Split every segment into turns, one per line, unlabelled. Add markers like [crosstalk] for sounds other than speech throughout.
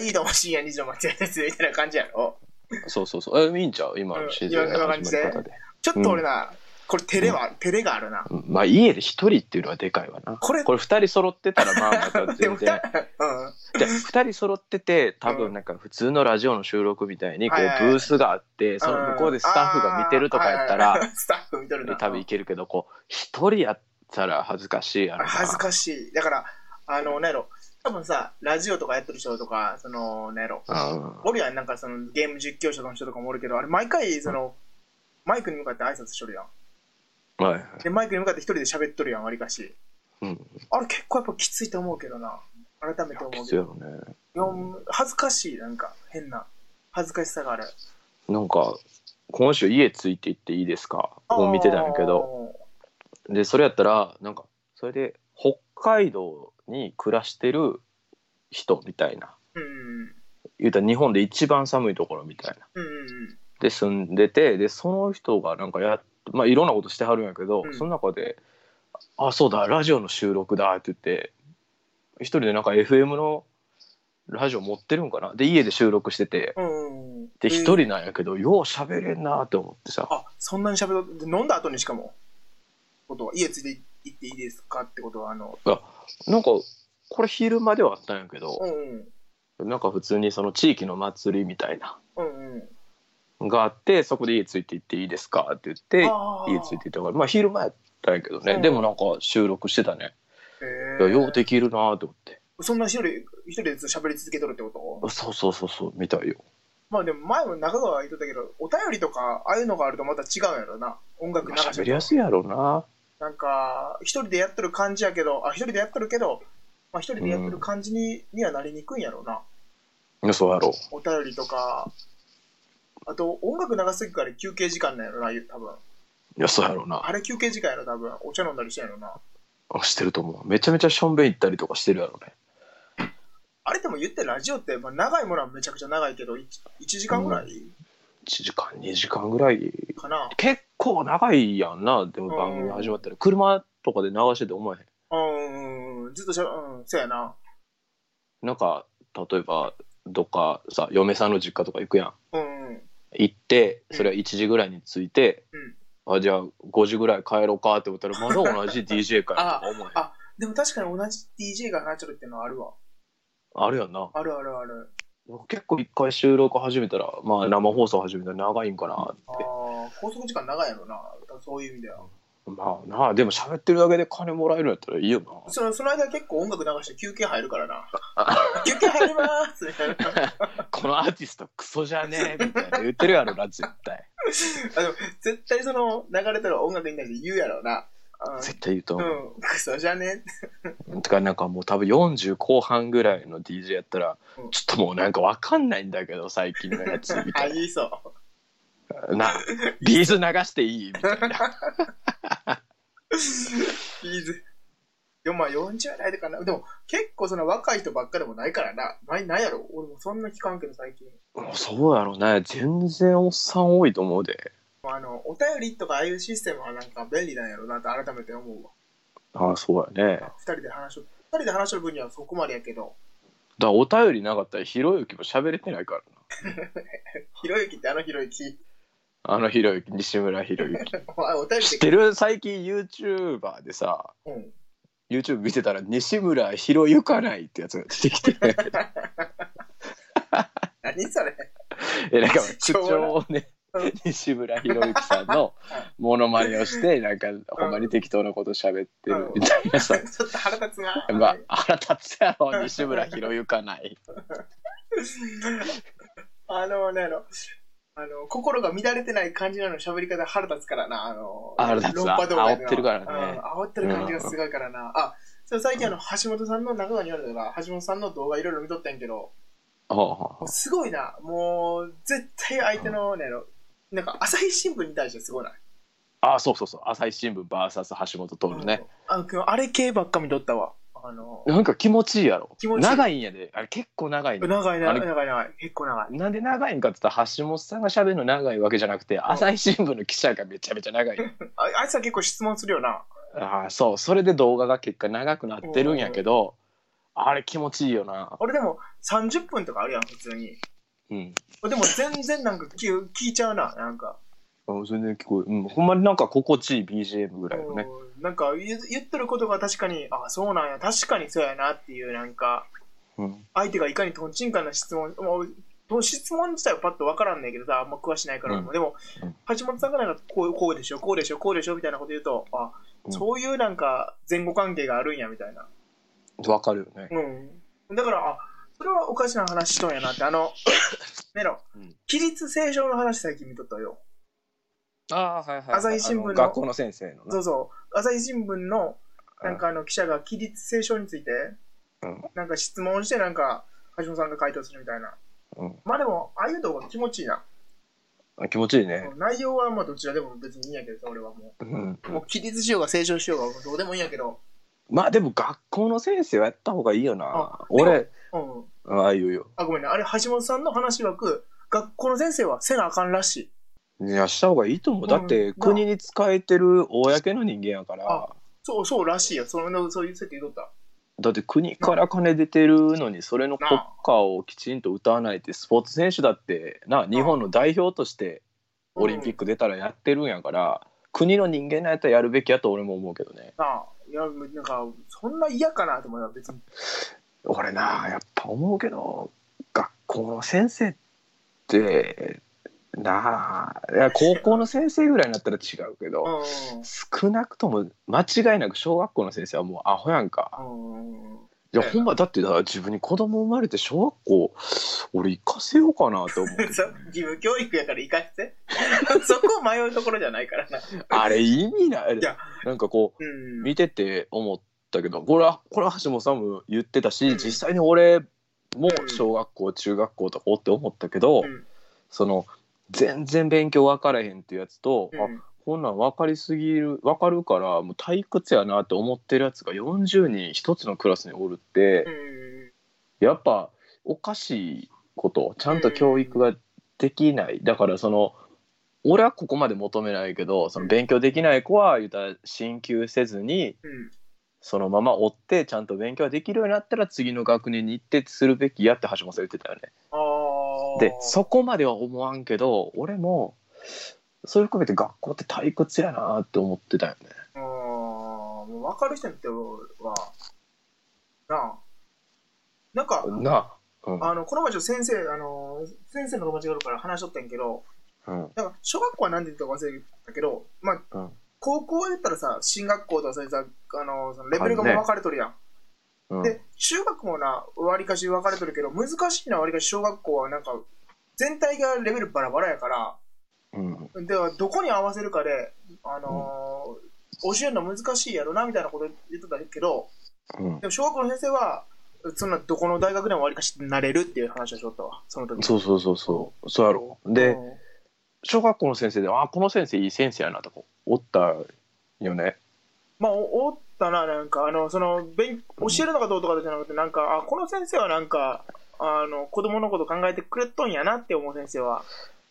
いいとも深夜2時の間違いですみたいな感じやろ。
そうそうそう。え、いいんちゃう今
うん
の自
今
然
の
な始ま
感
り
じで
方で。
ちょっと俺な、これ照れは、照れがあるな。
うんまあ、家で一人っていうのはでかいわ
[laughs]
な。
これ、
これ二人揃ってたら、まあ、また
で
全
も、
然。
[laughs] うん。
じゃあ二人揃ってて多
うん
分なんか普通のラジオの収録みたいにこう
はいはいはい
ブースがあってその向こうでスタッフが見てるとかやった
あーはいはい [laughs] は
ら
いスタッフ見とるな
多分いけるけどこう一人やったら恥ずかしいやろな
恥ずかしいだからあのなんやろ多分さラジオとかやってる人とかそのなんやろ
うん
おるやんなんかそのゲーム実況者の人とかもおるけどあれ毎回その、マイクに向かって挨拶しとるやん
はいはい
でマイクに向かって一人で喋っとるやんわりかし
うん
あれ結構やっぱきついと思うけどな改めて思う
必
け
要
ど
よね
いやもう恥ずかしいなんか変な恥ずかしさがある
なんか今週家ついて行っていいですかを見てたんやけどでそれやったらなんかそれで北海道に暮らしてる人みたいな
あーうん
言うたら日本で一番寒いところみたいな。
うんうん
で住んでてでその人がなんかやっ、まあ、いろんなことしてはるんやけど、
うん
その中で「あそうだラジオの収録だ」って言って一人でなんか FM のラジオ持ってるんかなで家で収録してて
うんうん
で一人なんやけど、よう喋れんなって思ってさ
あそんなに喋るで飲んだ後にしかもことは家ついて行っていいですかってことはあの
なんかこれ昼間ではあったんやけ
う
ど、
んうん
なんか普通にその地域の祭りみたいな
うんうん
があってそこで家ついて行っていいですかって言って
あー
家ついて行ったからまあ昼間やったんやけどね、
うん
でもなんか収録してたね
へ
いや
ー
ようできるなって思って。
そんな一人一人でずっと喋り続けとるってこと
そうそうそうそうみたいよ
まあでも前も中川が言っとったけどお便りとかああいうのがあるとまた違うんやろな音楽流して
喋
る
りやすいやろうな
なんか一人でやってる感じやけどあ一人でやってるけどまあ、一人でやってる感じに,、にはなりにくいんやろうな。
いやそうやろ
お便りとか。あと、音楽流すぎから休憩時間なんやろな、多分。
いやそうやろうな
あれ休憩時間やろ、多分。お茶飲んだりしてんやろな。
してると思うめちゃめちゃしょんべん行ったりとかしてるやろうね
あれでも言ってラジオって、まあ、長いものはめちゃくちゃ長いけど、1, 時間ぐらい
1時間2時間ぐらい
かな。
結構長いやんなでも番組始まったら車とかで流してて思えへん
うん、ずっとしゃ、うん、そうやな。
なんか例えばどっかさ嫁さんの実家とか行くやん
うん、うん。
行ってそれは1時ぐらいに着いて、あじゃあ5時ぐらい帰ろうかって思ったらまだ同じ [laughs] DJ かよとか思えへん
あ
あ
でも確かに同じ DJ が話してるっていうのはあるわ。
るやんな
あるあるある。
結構一回収録始めたらまあ生放送始めたら長いんかなって
ああ、拘束時間長いやろな。だからそういう意味では。
まあなあ、でも喋ってるだけで金もらえるんやったらいいよな。
そのその間結構音楽流して休憩入るからな。休憩入りまーすみ [laughs] たいな。
このアーティストクソじゃねえみたいな言ってるやろな、絶対。
絶対その流れてる音楽に対して言うやろな。あー
絶対言うと
う
思
ん、クソじゃね
う。てかなんかもう多分40後半ぐらいの DJ やったら、
うん
ちょっともうなんかわかんないんだけど、最近のやつみ
[laughs] あ、
たい
言いそう。
な。なあ、ビーズ流していいみたいな。
ビーズ。でもまあ40代とかな。でも結構その若い人ばっかでもないからな。前ないやろ。俺もそんな聞かんけど最近。
もうそうやろね。全然おっさん多いと思うで。
まああの、お便りとかああいうシステムはなんか便利なんやろなって改めて思うわ。
ああ、そうやね。だか
二人で話しと二人で話しとる分にはそこまでやけど、
らお便りなかったらひろゆきも喋れてないからな。
ひろゆきってあのひろゆき。
あのひろゆき、西村ひろ
[laughs]
ゆき。
お前お便り
知っ
で。
てる最近 YouTuber でさ、
うん。
YouTube 見てたら西村ひろゆかないってやつが出てき
[laughs]
て
何それ
えなんか
し
口
ょうがない
調をね
うん
西村ひろゆきさんのモノマネをしてなんかほんまに適当なこと喋ってるみたいなさ、
[laughs] ちょっと腹立つな。
まあ腹立つやろ西村ひろゆか
[laughs]
ない
あの、なんやろ。あの、心が乱れてない感じなの喋り方腹立つからな。あの、
腹立つ
論
な
破動画でな
煽ってるからね
うん煽ってる感じがすごいからな。あ、そう最近あの、橋本さんの中川にあるのが、橋本さんの動画いろいろ見とったんやけど、
あ
もうすごいな。もう、絶対相手の、なんやろ。なんか、朝日新聞に対してすごいな。
あそうそうそう朝日新聞 VS 橋本徹ね、
あのあれ系ばっか見とったわ。あの、
なんか気持ちいいやろ
気持ちいい
長いんやであれ結構長いね
長い
あ
長い
れ
長い長い。結構長い。
なんで長いんかって言ったら橋本さんが喋るの長いわけじゃなくて朝日新聞の記者がめちゃめちゃ長い
[laughs] ああいつは結構質問するよな。
ああそうそれで動画が結果長くなってるんやけど、あれ気持ちいいよな。
俺でも30分とかあるやん、普通に。
うん。
でも全然なんか聞う聞いちゃうな、なんか。
あ全然聞こえる。うん。ほんまになんか心地いい BGM ぐらいのね。
うんなんか言言ってることが確かに、あ、そうなんや、確かにそうやなっていう、なんか、
うん。
相手がいかにとんちんかんな質問、もうその質問自体はパッとわからんねんけどさ、あんま詳しないから、
うん
でも
うん、
橋本さんがなんかこうこうでしょ、こうでしょ、こうでしょみたいなこと言うと、あ、
うん
そういうなんか前後関係があるんやみたいな。
わかるよね。
うん。だから、あ、それはおかしな話しとんやなって、あ
[coughs]
の、メロ
うん、
起立聖書の話最近見とったよ。
ああ、はいはい、はい。
朝日新聞の
あ学校の先生の
そ
な。
うそう、朝日新聞のなんかあの記者が起立聖書について、
うん
なんか質問して、なんか橋本さんが回答するみたいな。
うん
まあでも、ああいう動画気持ちいいな。
あ気持ちいいね。
内容はまあどちらでも別にいいんやけどさ、俺はも
うん
う。もう起立しようが聖書しようがどうでもいいんやけど、
まあでも学校の先生はやった方がいいよ
あ
な。
で
俺、
うん。
ああいうよ。
あ、ごめんね。あれ、橋本さんの話枠、学校の先生はせなあかんらしい。
いや、した方がいいと思う。
うん
だって、国に使えてる公の人間やから、
そう、そうらしいよ。その、そういう設定言うとった。
だって国から金出てるのに、それの国歌をきちんと歌わないって、スポーツ選手だって、な、日本の代表としてオリンピック出たらやってるんやから、国の人間のやったらやるべきやと俺も思うけどね。
なあ、いや、なんか、そんな嫌かなと思うよ、別に。
俺なやっぱ思うけど学校の先生ってなあいや高校の先生ぐらいになったら違うけ
う
ど
ん
少なくとも間違いなく小学校の先生はもうアホやんか
うん。うん。
いや
ええ
ほんまだってだ自分に子供生まれて小学校俺行かせようかなと思う [laughs]
[laughs] そ義務教育やから行かせて。 [laughs] そこ迷うところじゃないからな。
あれ意味ない
いや
なんかこ
う。
うん見てて思ったけどこれはこれは橋本さんも言ってたし実際に俺も小学校中学校とかおって思ったけど、
うん
その全然勉強分からへんっていうやつと、
う
あ
ん
こんなん分かりすぎる分かるからもう退屈やなって思ってるやつが40人一つのクラスにおるって
う、ん。
やっぱおかしいことちゃんと教育ができない、だからその俺はここまで求めないけどその勉強できない子は言うたら進級せずに
うん。
そのまま追ってちゃんと勉強ができるようになったら次の学年に行ってするべきやって橋本さん言ってたよね。
ああ。
でそこまでは思わんけど俺もそれ含めて学校って退屈やなって思ってたよね
あーもう分かる人にとっては、なあ。なんか、
なあうん
あの、この町の先生、あの、先生の友達がおるから話しとったんやけど、
うん
なんか、小学校は何で言ったか忘れたけど、まあ、
うん
高校だったらさ、進学校とかそれさ、あの、そのレベルがもう
あるね
分かれとるやん。
うん
で、中学もな、割りかし分かれとるけど、難しいのは割りかし小学校はなんか、全体がレベルバラバラやから、
うん
ではどこに合わせるかで、あのー教えるの難しいやろな、みたいなこと言ってたけど、
うん
でも小学校の先生は、そんなどこの大学でも割りかしなれるっていう話をしとったわ、その時。
そうそうそうそうそうやろ
う
で
ん
小学校の先生で「あこの先生いい先生やな」とかおったよね
まあ、おおったな、なんか、あの、その、勉教えるのかどうとかじゃなくて、なんか、あ、この先生はなんか、あの、子供のこと考えてくれとんやなって思う先生は。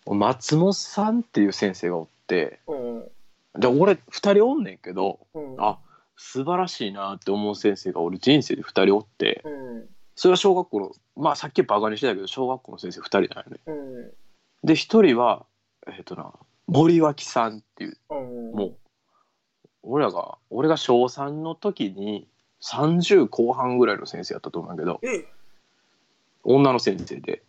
松本さんっていう先生がおって
うん。うん。
で俺2人おんねんけど
うん。
あ素晴らしいなって思う先生が俺人生で2人おって
うん。
それは小学校のまあさっきバカにしてたけど小学校の先生2人だよね
うん。
で一人はえっ、とな森脇さんっていう
うん。
もう俺らが俺が小3の時に30後半ぐらいの先生やったと思うんだけど
え、
女の先生で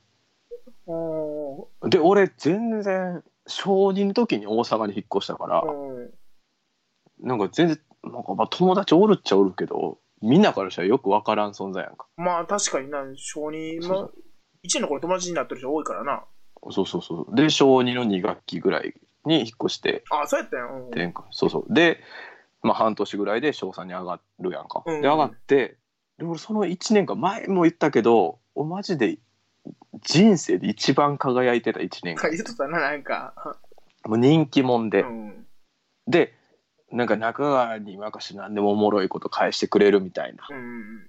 うん。う
で俺全然小2の時に大阪に引っ越したから
ん。
なんか全然なんかまあ友達おるっちゃおるけどみんなからしたらよく分からん存在やんか
まあ、確かにな、小2
そう
の、1年の頃友達になってる人多いからな。
そうそうそうで小2の2学期ぐらいに引っ越して
あ、そうやったよ。うん。
転換そうそうで、まあ、半年ぐらいで翔さんに上がるやんか、
うん
で上がってで俺その1年間前も言ったけどおマジで人生で一番輝いてた1
な
年
んか
間
言ってたな、なんか。
もう人気者
う
で、
ん。で、
でなんか中川に任せ何でもおもろいこと返してくれるみたいなっ
うん。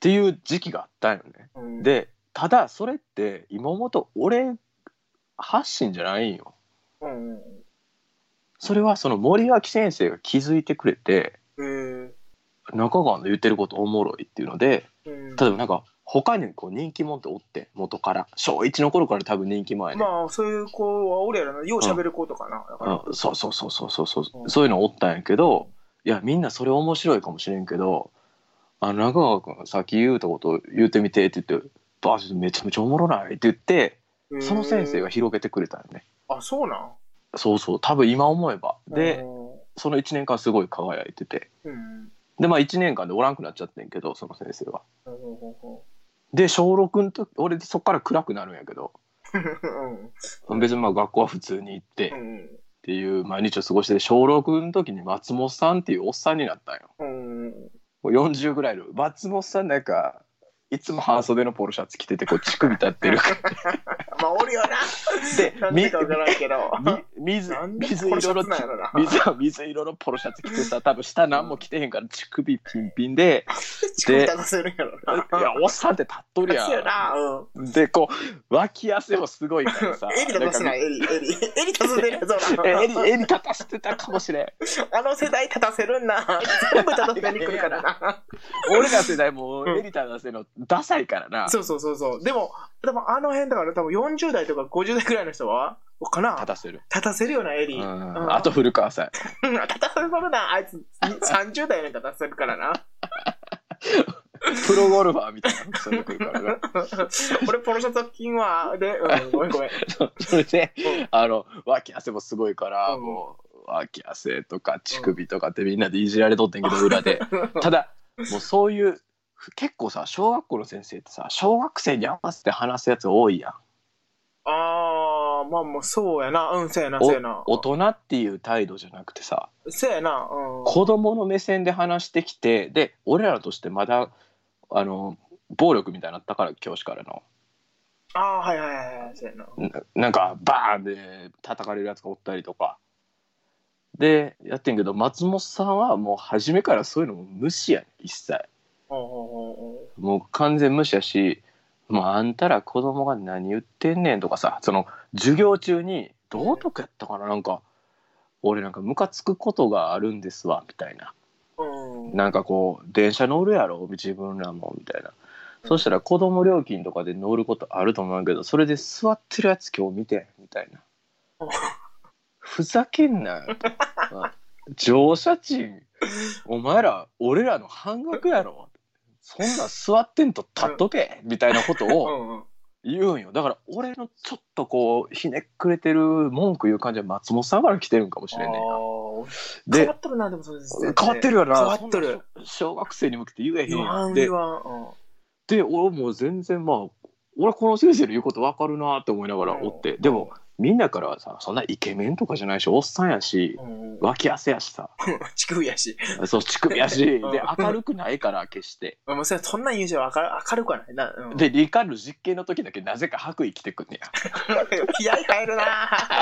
ていう時期があったよね
うん。、
でただそれって今もと俺発信じゃないんよ
うん。
それはその森脇先生が気づいてくれて
えー、
中川の言ってることおもろいっていうので
うん。
例えばなんか他にこう人気者っておって元から小1の頃から多分人気者やね、
まあ、そういう子はおるやろな。よう喋る子とかな。だから
うん、そうそうそうそうそうそう、
うん
そういうのおったんやけどいやみんなそれ面白いかもしれんけどあの中川君さっき言うたこと言ってみてって言って「バーめちゃめちゃおもろない」って言ってその先生が
へ
広げてくれたんよね
ーあ、そうなん
そうそう多分今思えばで、
うん
その1年間すごい輝いてて
うん。
でまあ1年間でおらんくなっちゃってんけどその先生は
うんうん
で小6の時俺そっから暗くなるんやけど
うん
別にまあ学校は普通に行って
う
っ
ん
ていう毎日を過ごして小6の時に松本さんっていうおっさんになったんよ
うん
もう40ぐらいの松本さんなんかいつも半袖のポロシャツ着ててこう乳首立ってる
まあ、おるよな。
で
なん
み
でかわからんけど。 [laughs]
み水
なんで
水
これシ
色
ャ
の
ツなんやろな。
水水色のポロシャツ着てさ多分下何も着てへんから乳首ピンピンで
[laughs] 乳首高するんやろな。
いやおっさんって立っとるや
そうやな。うん
んでこう脇汗もすごいからさ
[laughs] 襟高すない、襟、襟。襟高すんでるやつお
え
ら
襟襟立たしてたかもしれ
[laughs]
ん
あの世代立たせるんな。全部立たせに来るからな。
俺ら世代も
うん
エリタ出せるのダサいからな
そうそうそうそう。でも、でもあの辺だから多分40代とか50代くらいの人は、かな
立たせる
立たせるよな、エリ。
う
うん
んあと古川さん
[laughs] 立たせるな、あいつ30代に立たせるからな。 [laughs]
プロゴルファーみたいなそれ来るからな
俺、ポロシャツは金は、で、うん、ごめんごめん。
[laughs] それで
うん
あの脇汗もすごいから、
うん
もう脇汗とか乳首とかってみんなでいじられとってんけど、
[laughs]
裏でただもうそういう結構さ小学校の先生ってさ小学生に合わせて話すやつ多いやん
あー、まあもうそうやな、うん、そうやな、そうやな。
大人っていう態度じゃなくてさ
そうやな、うん。
子供の目線で話してきてで俺らとしてまだあの暴力みたいになったから教師からの
あー、はいはいはいはい、そうやな。
ななんかバーンで叩かれるやつがおったりとかでやってんけど松本さんはもう初めからそういうのも無視やね一切
おうおうおう
もう完全無視やしもうあんたら子供が何言ってんねんとかさその授業中に道徳やったかななんか俺なんかムカつくことがあるんですわみたいな
おううん。
なんかこう電車乗るやろ自分らもみたいなそしたら子供料金とかで乗ることあると思うけどそれで座ってるやつ今日見てみたいな
[laughs] うん
ふざけんなよ
[laughs]
あ乗車賃お前ら俺らの半額やろそんなん座ってんと立っとけみたいなこと
う
を
んうん。
言うんよだから俺のちょっとこうひねくれてる文句言う感じは松本さんから来てるんかもしれんねんな
で変わ
で
っとるな、でもそうです。
変わってるよな
変わっとる。
そんな小学生に向けて言えへん
言
や
わ
ん
ん
で
言わん。うん
で俺もう全然まあ俺この先生の言うこと分かるなって思いながらおって、でも、みんなからはさそんなイケメンとかじゃないしおっさんやし、
うんうん、
脇汗やしさ
乳首やし。
そう乳
[laughs]
首やしで
うん
明るくないから決して
まあ、それそんなん言うじゃ明る明るくはないな。うん、
で理科の実験の時だけなぜか白衣着てくんね
[laughs]
[laughs]
気合い入るな。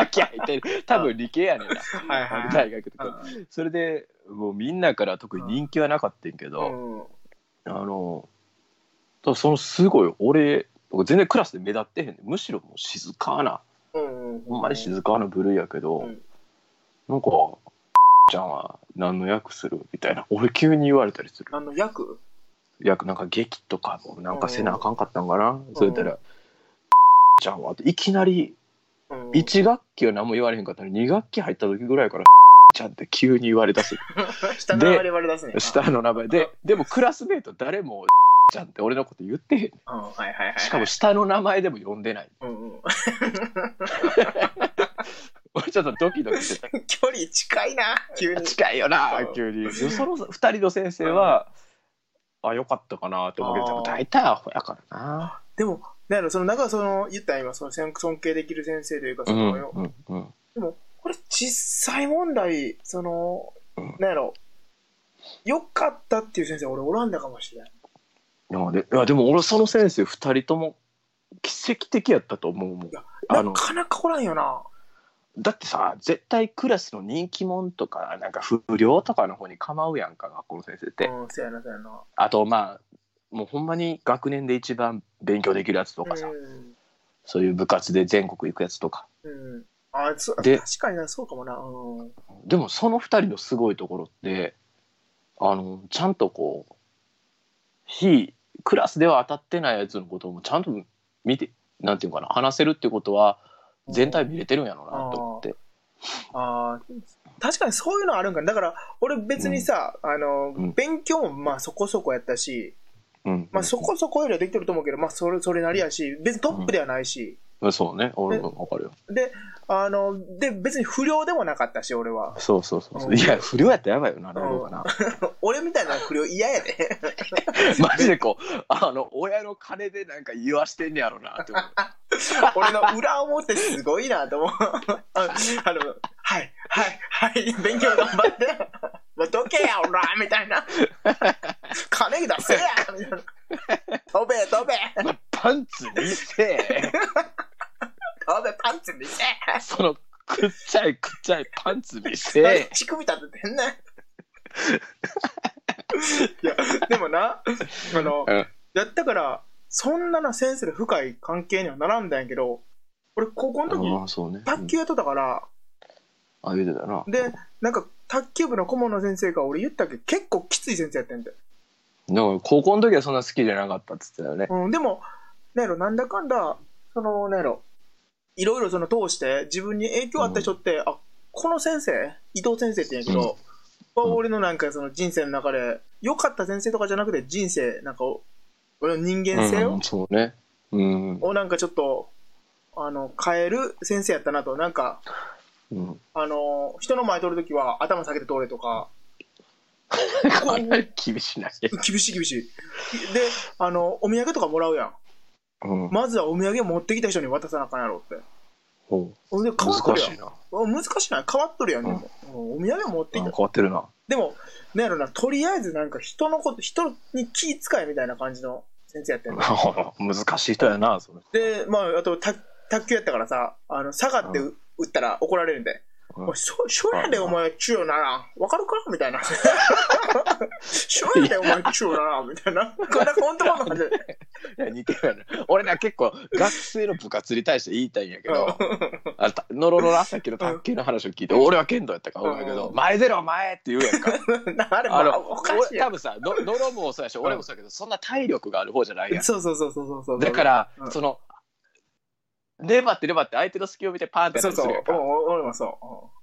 や気合い入ってる多分理系やねんな
はいはいはい
大学と
う
かそれでもうみんなから特に人気はなかったんやけど、
んうん
あのただそのすごい俺全然クラスで目立ってへんねむしろもう静かな
うんうん、
ほんまに静かな部類やけど、
うん
なんか、ちゃんは何の役するみたいな。俺急に言われたりする。
何の役
役、なんか劇とかもなんかせなあかんかったんかな。そう言ったら、ちゃんはっていきなり、
うん
1学期は何も言われへんかったのに、2学期入った時ぐらいから、ちゃんって急に言われ出す。
[laughs] 下の名前で割り出すね。
下の名前で、でもクラスメート誰も、ちゃんって俺のこと言ってへん。
うん、はいはいはいはい。
しかも、下の名前でも呼んでない。 [laughs]
うんうん、 [laughs]
俺ちょっとドキドキしてた。
距離近いな、 [laughs] 急に。
近いよな
うん
急にその二人の先生は、あよかったかなと思うけどでも
あー
大体アホやからな
でも、だからその、なんかその、言ったら今、その尊尊敬できる先生というか、その、
うんうん
これ実際問題、その
うん、
なんやろ、良かったっていう先生、俺おらんだかもしれない。
いやでいやでも俺その先生二人とも奇跡的やったと思うもん
や
あ
な
の
かなかおらんよな。
だってさ絶対クラスの人気者とかなんか不良とかの方に構うやんか学校の先生って、
うん、そうやな、そうやな。
あとまあもうほんまに学年で一番勉強できるやつとかさ、
うん。
そういう部活で全国行くやつとか
うん。あ、そう確
で
かにな、そうかもな。うん。
でもその二人のすごいところってあのちゃんとこう非クラスでは当たってないやつのこともちゃんと見てなんていうのかな話せるってことは全体見れてるんやろうなと思って。
あー確かにそういうのあるんかなだから俺別にさ、あの
うん
勉強もまあそこそこやったし、
うん
まあ、そこそこよりはできてると思うけど、まあ、それそれなりやし別にトップではないし、
うんそうね俺もわかるよ。
あので別に不良でもなかったし俺は
そうそうそうそう
うん
いや不良やったらやばいよなどうかな。
俺みたいな不良嫌やで [laughs]
[laughs] マジでこうあの親の金でなんか言わしてんねやろなって思う。
俺の裏表すごいなと思う [laughs] ああのはいはいはい勉強頑張って [laughs] もうどけやおらみたいな [laughs] 金出せやみたいな飛べ飛べ [laughs]
パンツ見せ
飛べパンツ見せ
そのくっちゃいくっちゃいパンツ見
え
せ
乳首立てて
[laughs]
んねんいやでもなあの、
うん
やったからそんなな先生の深い関係にはならんだんやけど俺高校の時
ああそうね。
卓球やっとったから、
うんあ言うてたな。
でなんか卓球部の顧問の先生が俺言ったっけ結構きつい先生やってんで、
なんか高校の時はそんな好きじゃなかったっつってたよね。
うん、でもなんやろなんだかんだそのなんやろいろいろその通して自分に影響あった人って、あこの先生伊藤先生って言うんやけど、
ん
は俺のなんかその人生の中で良かった先生とかじゃなくて人生なんか俺の人間性
う
を
ん、,、そうね。うん。
をなんかちょっとあの変える先生やったなとなんか
うん。
あの人の前通るときは頭下げて通れとか
かなり厳しいな。
厳しい厳しいであのお土産とかもらうやん
うん。
まずはお土産持ってきた人に渡さなあかんやろって
ほう
ほんで変わっと
難
るやん
しいな。
うん難しない変わっとるやん、でもうんお土産持って
あ
き
変
た
わってるな。
でもなんやろなとりあえずなんか人のこと人に気遣いみたいな感じの先生やってんの
難しい人やな、 [laughs] それ。
でまああと卓卓球やったからさあの下がって
う
う打ったら怒られるんで「
うん
おいそそやで
うん
お前中央ならんわかるか?」み
[laughs]
たいな「そやでお前中央ならん」みたいなこれなんか本当の感じで
いや似てるやな。俺な、結構、学生の部活に対して言いたいんやけど、あたのろろらさっきの卓球の話を聞いて、俺は剣道やったから思うんやけど、
うん
前出ろ、前って言うやんか。
[laughs] あれま
あ [laughs]
あ
の、
おかしい
俺
や
多
ん
分さ、ののろもそうやし、俺もそうやけど、そんな体力がある方じゃないやん。
そうそうそうそうそうそう
だから
う、ん
その、粘って粘って相手の隙を見てパーンってやっ
そ
た
うそう
りするやんか
うん俺もそううん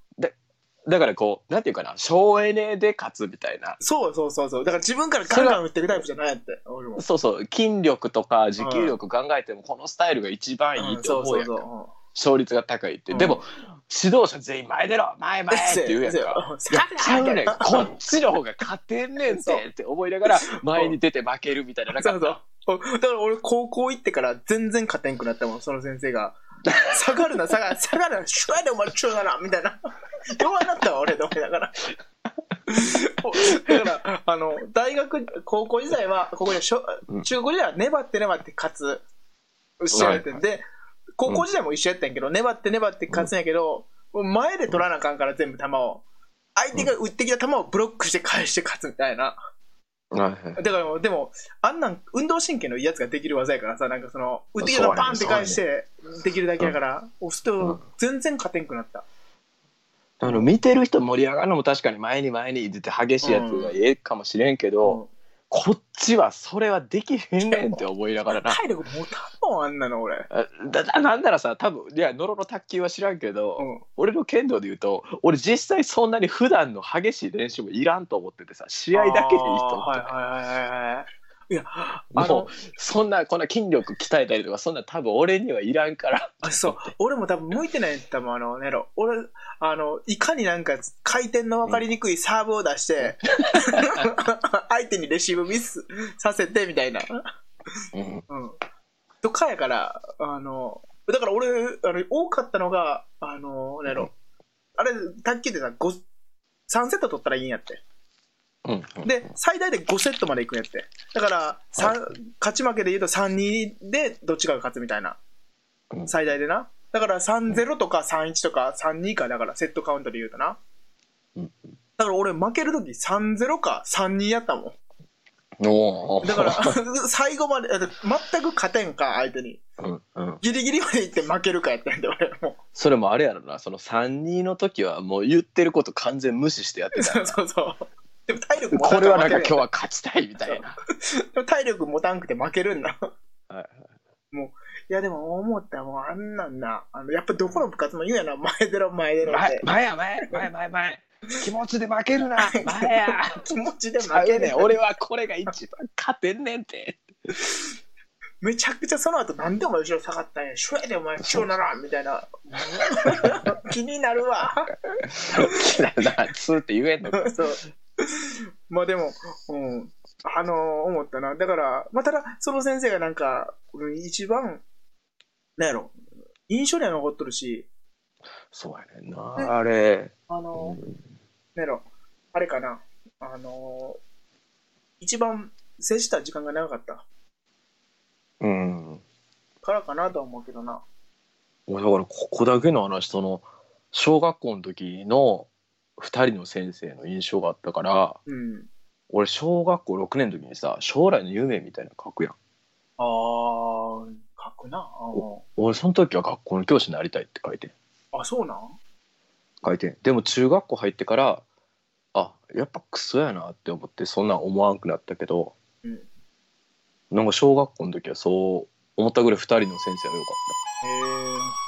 だからこう、なんていうかな、省エネで勝つみたいな。
そうそうそうそう。だから自分からガンガン打っていくタイプじゃないって。俺も。
そうそう、筋力とか持久力考えても、このスタイルが一番いい
ん
と思うやんか。
そ
勝率が高いって。
うん
でも、指導者全員前出ろ前前って言うや
[laughs]
ん
せや
か。
せ
や
や
っちゃうねん。
せや
こっちの方が勝てんねん
そう
てって思いながら、前に出て負けるみたいな。なん
そうそ
か
う。だから俺高校行ってから全然勝てんくなったもん、その先生が。下がるな、下がる、下がるな、シュワイでお前中だな、みたいな。弱なったわ、俺と思いながら。だから、あの、大学、高校時代は、ここでしょ
うん
中高時代は粘って粘って勝つ。一緒やってんで、高校時代も一緒やったんやけど、粘って粘って勝つんやけど、もう前で取らなあかんから全部球を。相手が打ってきた球をブロックして返して勝つみたいな。
はいはい
だからもうでもあんなん運動神経のいいやつができる技やからさなんかその打ってきたらパンって返してできるだけやから押す
う
と
ん
全然勝てんくなった
あの見てる人盛り上がるのも確かに前に前に出て激しいやつがええかもしれんけど、
うん
こっちはそれはできへんねんって思いながらな。
体力持たんもんあんなの俺
あ [laughs] だだなんならさ多分いやノロの卓球は知らんけど、
うん
俺の剣道で言うと俺実際そんなに普段の激しい練習もいらんと思っててさ試合だけでいいと
あー
思っ
はいは
てて、
いはいはいいやあ
も
の
うそんなこんな筋力鍛えたりとかそんな多分俺にはいらんから
あそう俺も多分向いてないんだもんあのネロ俺あのいかになんか回転の分かりにくいサーブを出
[laughs]
して、相手にレシーブミスさせてみたいな
うん
うんとかやから、あの、だから俺、あの多かったのが、あの、なんやろ、あれ、卓球ってさ、ご3セット取ったらいいんやって。
うん
で、最大で5セットまでいくんやって。だから、さん勝ち負けで言うと3-2でどっちかが勝つみたいな
う。ん
最大でな。だから3-0とか3-1とか3-2か、だからセットカウントで言うとな。
うん
だから俺負けるとき3-0か3-2やったもん。
[laughs] おー
だから、最後まで、だって全く勝てんか、相手に。
うんうん、
ギリギリまで行って負けるかやったんで、俺も。
それもあれやろなその3人の時はもう言ってること完全無視してやってた [laughs]
そうそうそう。でも体力持た
こ
んから
れはなんか
負
今
け
日
るや
は勝ちたいみたいな。
んでも体力持たんくて負けるんだ。。
いはい
もう、いやでも思ったもうあんなんな、あの、やっぱどこの部活も言うやな、前出ろ前出ろっ
前
て。
前や前前前前気持ちで負けるな前や
気持ちで
ちゃ
負け
う
ね
ねん
え。
俺はこれが一番勝てんねんって
めちゃくちゃその後何でも後ろ下がったんや。しょやでお前、しょうならんみたい
[laughs]
な。気になるわ。
気なるなつーって言えんの
[laughs]
か
そう。まあでも、うん。あのー思ったな。だから、まあただ、その先生がなんか、うん一番、なんやろ、印象には残っとるし、
[laughs] そうやねんなあれ
あのーなんやろ、あれかな、あのー一番接した時間が長かった
うん
からかなとは思うけどな。
俺だからここだけの話その小学校の時の2人の先生の印象があったから
うん。
俺小学校6年の時にさ将来の夢みたいなの書くやん
あー、書くな。あ
俺その時は学校の教師になりたいって書いてん
ーあ、そうなん
書いてんでも中学校入ってからあやっぱクソやなって思ってそんなん思わんくなったけど、
うん
なんか小学校の時はそう思ったぐらい2人の先生が良かっ
へ